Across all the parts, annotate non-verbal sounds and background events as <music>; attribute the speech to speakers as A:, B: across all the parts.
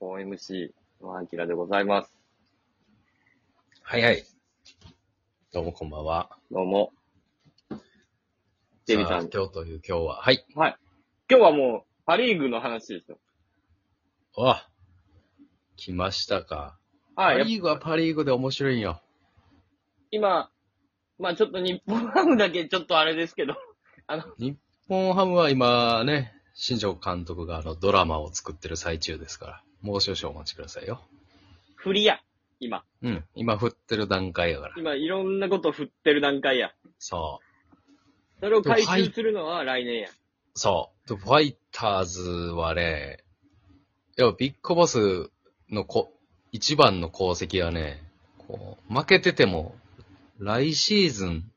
A: 4MC のあきらでございます。
B: はいはい。どうもこんばんは。
A: どうも。デビさ
B: さあ
A: ん。
B: 今日という今日は。はい。
A: はい。今日はもう、パリーグの話ですよ。
B: あ、来ましたか。パ
A: はい。やっぱ
B: リーグはパリーグで面白いんよ。
A: 今、まあちょっと日本ハムだけちょっとあれですけど、 <laughs>
B: 日本ハムは今ね、新庄監督があのドラマを作ってる最中ですから、もう少々お待ちくださいよ。
A: 振りや。今。
B: うん。今振ってる段階やから。
A: 今、いろんなこと振ってる段階や。
B: そう。
A: それを回収するのは来年や。
B: そう。でファイターズはね、いや、ビッグボスのこ一番の功績はね、こう、負けてても、来シーズン、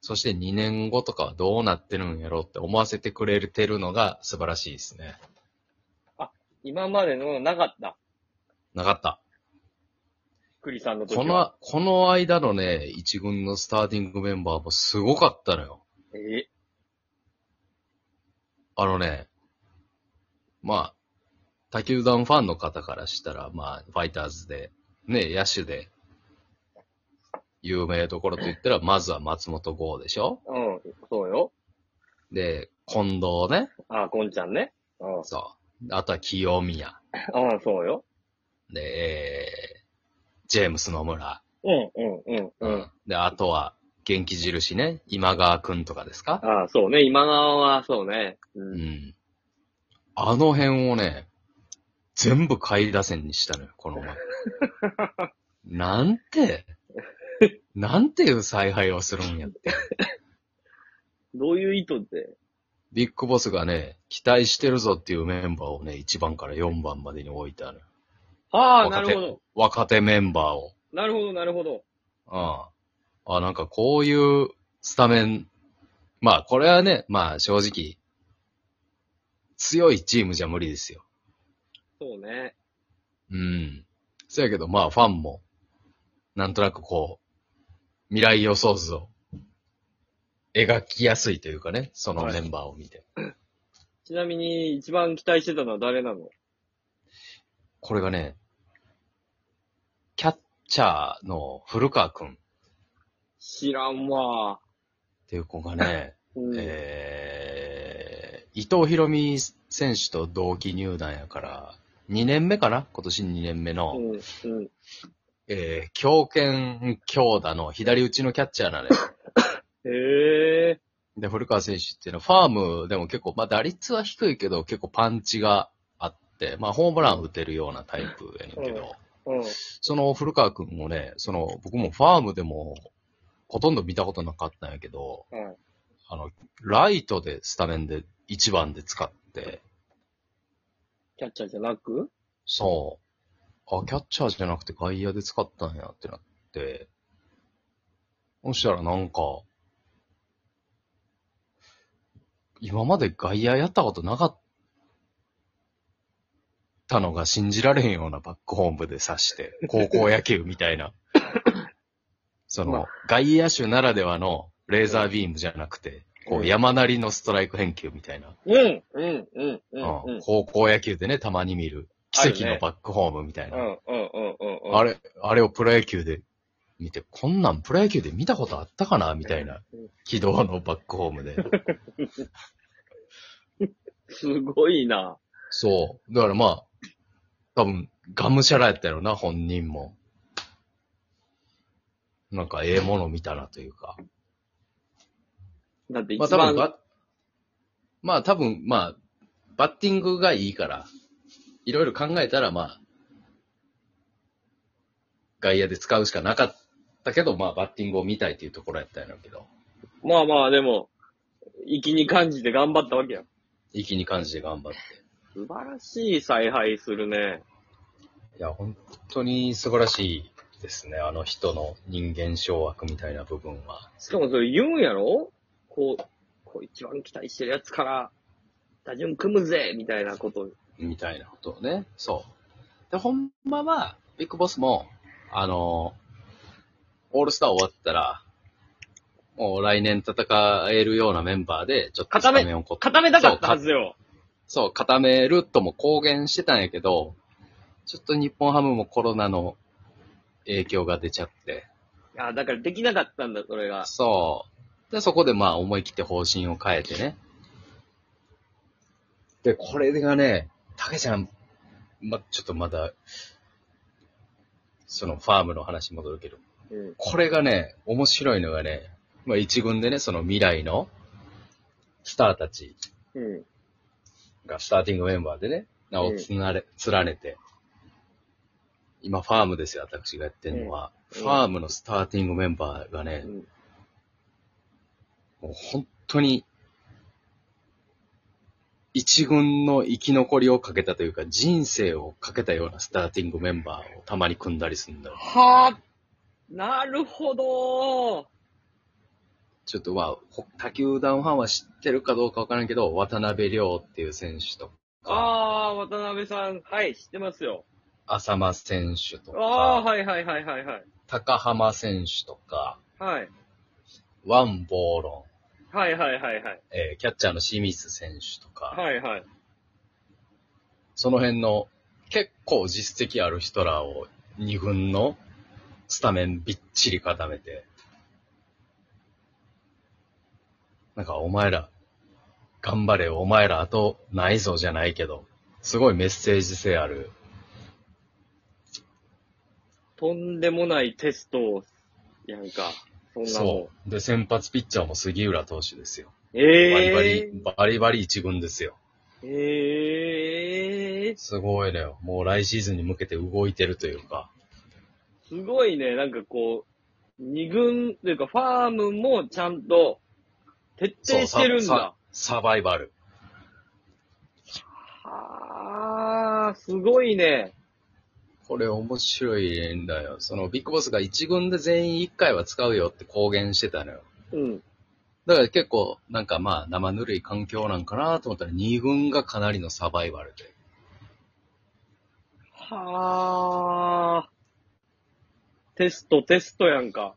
B: そして2年後とかはどうなってるんやろうって思わせてくれてるのが素晴らしいですね。
A: 今までのなかった。
B: なかった。
A: 栗さんの時は。
B: この、この間のね、一軍のスターティングメンバーもすごかったのよ。
A: え
B: あのね、まあ、他球団ファンの方からしたら、まあ、ファイターズで、ね、野手で、有名どころと言ったら、まずは松本剛でしょ
A: うん、そうよ。
B: で、近藤ね。
A: あ、こんちゃんね。うん、
B: そう。あとは清宮。
A: うん、そうよ。
B: で、えー、ジェームス野村。
A: うん、うん、うん、うん。。
B: で、あとは、元気印ね、今川くんとかですか
A: あそうね。今川は、そうね。う。
B: うんん。あの辺をね、全部下位打線にしたのよ、この前。なんて、なんていう采配をするんやって。
A: どういう意図で
B: ビッグボスがね、期待してるぞっていうメンバーをね、1番から4番までに置いてある。
A: ああ、な
B: 若
A: る
B: 手
A: ほど。
B: 若手メンバーを。
A: なるほど、なるほど。
B: うん。あ、なんかこういうスタメン。まあ、これはね、まあ正直、強いチームじゃ無理ですよ。
A: そうね。
B: うん。そやけど、まあ、ファンも、なんとなくこう、未来予想図を、描きやすいというかね、そのメンバーを見て。
A: ちなみに、一番期待してたのは誰なの
B: これがね、キャッチャーの古川くんっ
A: 知らんわ。
B: ていう子がね、
A: うん。
B: えー、伊藤博美選手と同期入団やから、2年目かな今年2年目の、
A: うん、うん。
B: えー、強肩強打の左打ちのキャッチャーなのよ。
A: へえ。
B: で、古川選手っていうのは、ファームでも結構、まあ打率は低いけど、結構パンチがあって、まあホームラン打てるようなタイプやねんけ
A: うん
B: ど、
A: うん。
B: その古川くんもね、その僕もファームでもほとんど見たことなかったんやけど、
A: はい。
B: あの、ライトでスタメンで1番で使って、
A: キャッチャーじゃなく
B: そう、あ、キャッチャーじゃなくて外野で使ったんやってなって、そしたらなんか、今まで外野やったことなかったのが信じられへんようなバックホームで刺して、高校野球みた
A: <laughs>
B: いな。その、
A: まあ
B: 外野手ならではのレーザービームじゃなくて、こ
A: うん
B: う山なりのストライク返球みたいな、
A: うん、うん、うん、う
B: うん
A: ん、うん。
B: 高校野球でね、たまに見る奇跡のバックホームみたいな。
A: うん、うん、うん、うんうん。
B: あれ、あれをプロ野球で見て、こんなんプロ野球で見たことあったかなみたいな
A: うん、
B: 軌道のバックホームで。
A: すごいな。
B: <laughs> そう。だからまあ、多分、がむしゃらやったよな、本人も。なんか、ええもの見たなというか。
A: だって一
B: まあ多分
A: 番、
B: ば、まあ多分、まあ、バッティングがいいから、いろいろ考えたらまあ、外野で使うしかなかったけど、まあバッティングを見たいっていうところやったんやろうけど。
A: まあまあでも、粋に感じて頑張ったわけや。
B: 息に関して頑張って。
A: 素晴らしい采配するね。
B: いや、本当に素晴らしいですね。あの人の人間掌握みたいな部分は。
A: しかもそれ言うんやろこう、こう一番期待してるやつから、打順組むぜみたいなこと。
B: みたいなことをね。そう。で、ほんまは、ビッグボスも、あの、オールスター終わったら、もう来年戦えるようなメンバーで、ちょっと
A: 固め
B: スタメンをこ
A: 固めたかったはずよ。
B: そう、固めるとも公言してたんやけど、ちょっと日本ハムもコロナの影響が出ちゃって。
A: あだからできなかったんだ、それが。
B: そう。で、そこでまあ思い切って方針を変えてね。で、これがね、たけちゃん、ま、ちょっとまだ、そのファームの話に戻るけど、
A: うん。
B: これがね、面白いのがね、まあ一軍でね、その未来のスターたち
A: うん。
B: がスターティングメンバーでね、名をつなれ、連ねて、今ファームですよ、私がやってるのは、
A: うん
B: ファームのスターティングメンバーがね、
A: うん
B: もう本当に、一軍の生き残りをかけたというか、人生をかけたようなスターティングメンバーをたまに組んだりするんだよ。
A: はあなるほど
B: ちょっとまあ、ほ他球団ファンは知ってるかどうかわからんけど、渡辺亮っていう選手とか、
A: ああ、渡辺さん。はい、知ってますよ。
B: 浅間選手と
A: ああー、
B: か、
A: はいはいはいはいはい。
B: 高浜選手とか、
A: はい。
B: ワン・ボーロ
A: はいはいはいはい。
B: ン、えーキャッチャーの清水選手とか、
A: はいはい。
B: その辺の結構実績ある人らを2軍のスタメンびっちり固めて、なんかお前ら、頑張れお前らあとないぞじゃないけど、すごいメッセージ性ある。
A: とんでもないテストを、やんか。そんなも
B: そう。で、先発ピッチャーも杉浦投手ですよ。
A: ん。
B: バリバ
A: ええ
B: リ、バリバリ一軍ですよ。
A: ー。ええー。
B: すごいね。もう来シーズンに向けて動いてるというか。
A: すごいね、なんかこう、二軍というかファームもちゃんと徹
B: そう
A: 底してるん
B: サ
A: だ。
B: ササバイバル。
A: はあ、すごいね。
B: これ面白いんだよ。そのビッグボスが一軍で全員一回は使うよって公言してたのよ。
A: うん。
B: だから結構なんかまあ生ぬるい環境なんかなと思ったら二軍がかなりのサバイバルで。
A: はあ。テスト、テストやんか。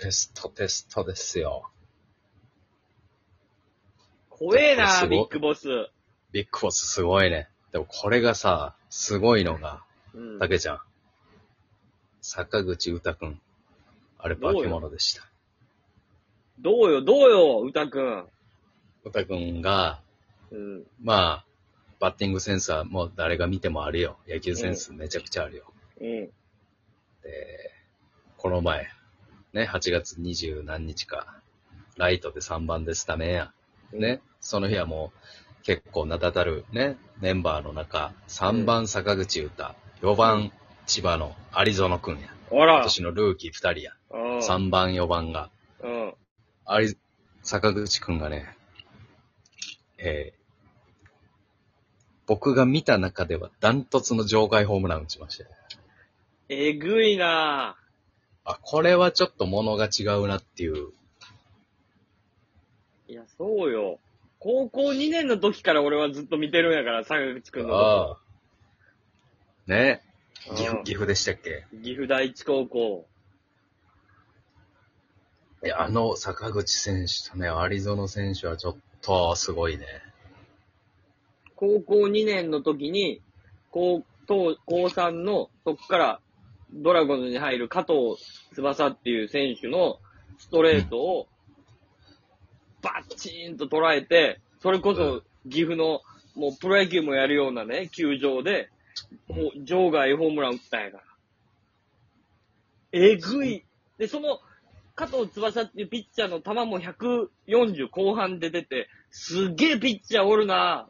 B: テストテストですよ。
A: 怖え
B: これ
A: な、
B: すご
A: ビ
B: い
A: ッグボス。
B: ビッグボスすごいね。でもこれがさ、すごいのが、
A: うん
B: たけちゃん。坂口歌くん。あれ化け物でした。
A: どうよ、どうよ、歌くん。
B: 歌くんが、
A: うん。
B: まあ、バッティングセンスはもう誰が見てもあるよ。野球センスめちゃくちゃあるよ。
A: うん。
B: で、この前、ね、8月二十何日か、ライトで3番でスタメンや。ね、その日はもう、結構名だたるね、メンバーの中、3番坂口歌、4番千葉の有園くんや。
A: あら。
B: 今年のルーキー2人や。
A: うん。
B: 3番、4番が。
A: うん。
B: あり、坂口くんがね、えー僕が見た中ではダントツの場外ホームラン打ちましたよ。
A: えぐいな
B: あ、これはちょっと物が違うなっていう。
A: いや、そうよ。高校2年の時から俺はずっと見てるんやから、坂口くんのこと。
B: ああ。ね
A: うん
B: 岐阜、岐阜でしたっけ
A: 岐阜第一高校。
B: いや、あの坂口選手とね、有園選手はちょっとすごいね。
A: 高校2年の時に、高、当高3の、そこからドラゴンズに入る加藤翼っていう選手のストレートを、バッチーンと捉えて、それこそ岐阜の、もうプロ野球もやるようなね、球場で、もう場外ホームラン打ったんやから。えぐい。で、その、加藤翼っていうピッチャーの球も140後半で出て、すげえピッチャーおるな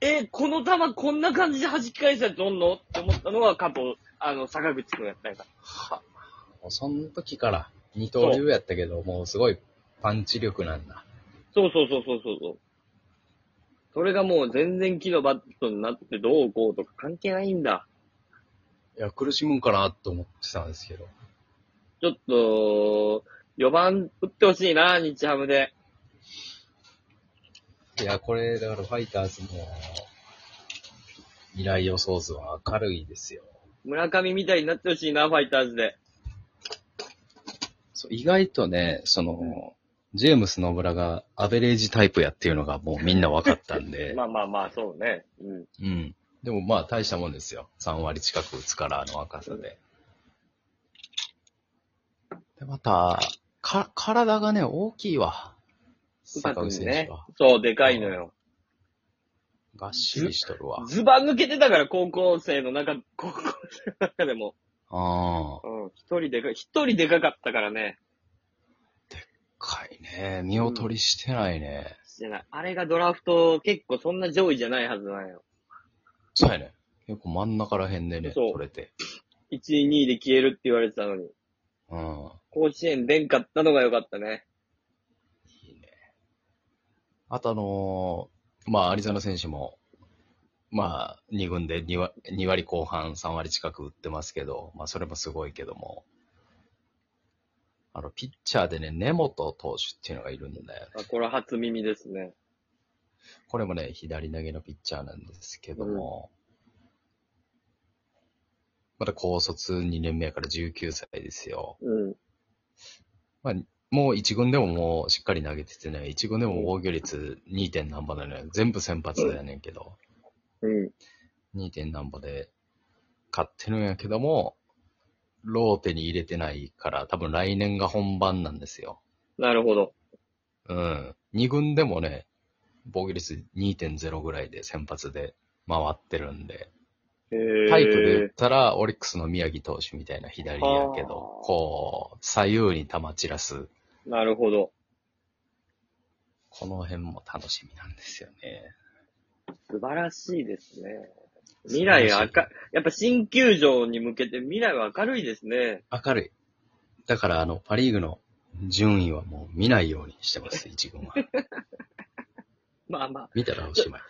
A: え、この球こんな感じで弾き返したやつおんのって思ったのは加藤、あの、坂口くんやったんやから。
B: は、もうその時から二刀流やったけど、もうすごいパンチ力なんだ。
A: そうそうそうそうそうそう。それがもう全然木のバットになってどうこうとか関係ないんだ。
B: いや、苦しむんかなと思ってたんですけど。
A: ちょっと、4番打ってほしいな、日ハムで。
B: いや、これ、だからファイターズも、未来予想図は明るいですよ。
A: 村上みたいになってほしいな、ファイターズで。
B: そう意外とね、その、ジェームス・野村が <laughs> アベレージタイプやっていうのがもうみんな分かったんで、
A: まあまあまあ、そうね。うん。
B: うん。でもまあ大したもんですよ。3割近く打つから、あの若さで。で、また、か、体がね、大きいわ。
A: 深
B: 坂口
A: く
B: 選
A: ね
B: 手は。。
A: そう、でかいのよ。
B: がっしりしとるわ。
A: ズバ抜けてたから、高校生の中、高校生の中でも。
B: ああ、
A: うん、一人でか、一人でかかったからね。
B: かいね。見劣りしてないね。
A: してない。あれがドラフト、結構そんな上位じゃないはずなんよ。
B: そうやね。結構真ん中らへんでね、
A: そう
B: 取れて。
A: 1位、2位で消えるって言われてたのに。
B: うん。
A: 甲子園出んかったのが良かったね。
B: いいね。あとあのーまあ、アリゾナ選手も、まあ、2軍で 2, 割2割後半、3割近く打ってますけど、まあ、それもすごいけども、あの、ピッチャーでね、根本投手っていうのがいるんだよね。
A: あこれ初耳ですね。
B: これもね、左投げのピッチャーなんですけども、まだ高卒2年目やから19歳ですよ。
A: うん。
B: もう一軍でももうしっかり投げててね、一軍でも防御率 2. 点何本だね。全部先発だよねんけど、
A: うん。
B: 2. 点何本で勝ってるんやけども、ローテに入れてないから、多分来年が本番なんですよ。
A: なるほど。
B: うん。二軍でもね、防御率2.0ぐらいで先発で回ってるんで、
A: へ
B: タイプで言っ
A: え。
B: たら、オリックスの宮城投手みたいな左やけど
A: は、あ
B: こう、左右に球散らす、
A: なるほど。
B: この辺も楽しみなんですよね。
A: 素晴らしいですね。未来は明る、やっぱ新球場に向けて未来は明るいですね。
B: 明るい。だから、あの、パリーグの順位はもう見ないようにしてます、一軍は。
A: まあまあ、
B: 見たらおしまい。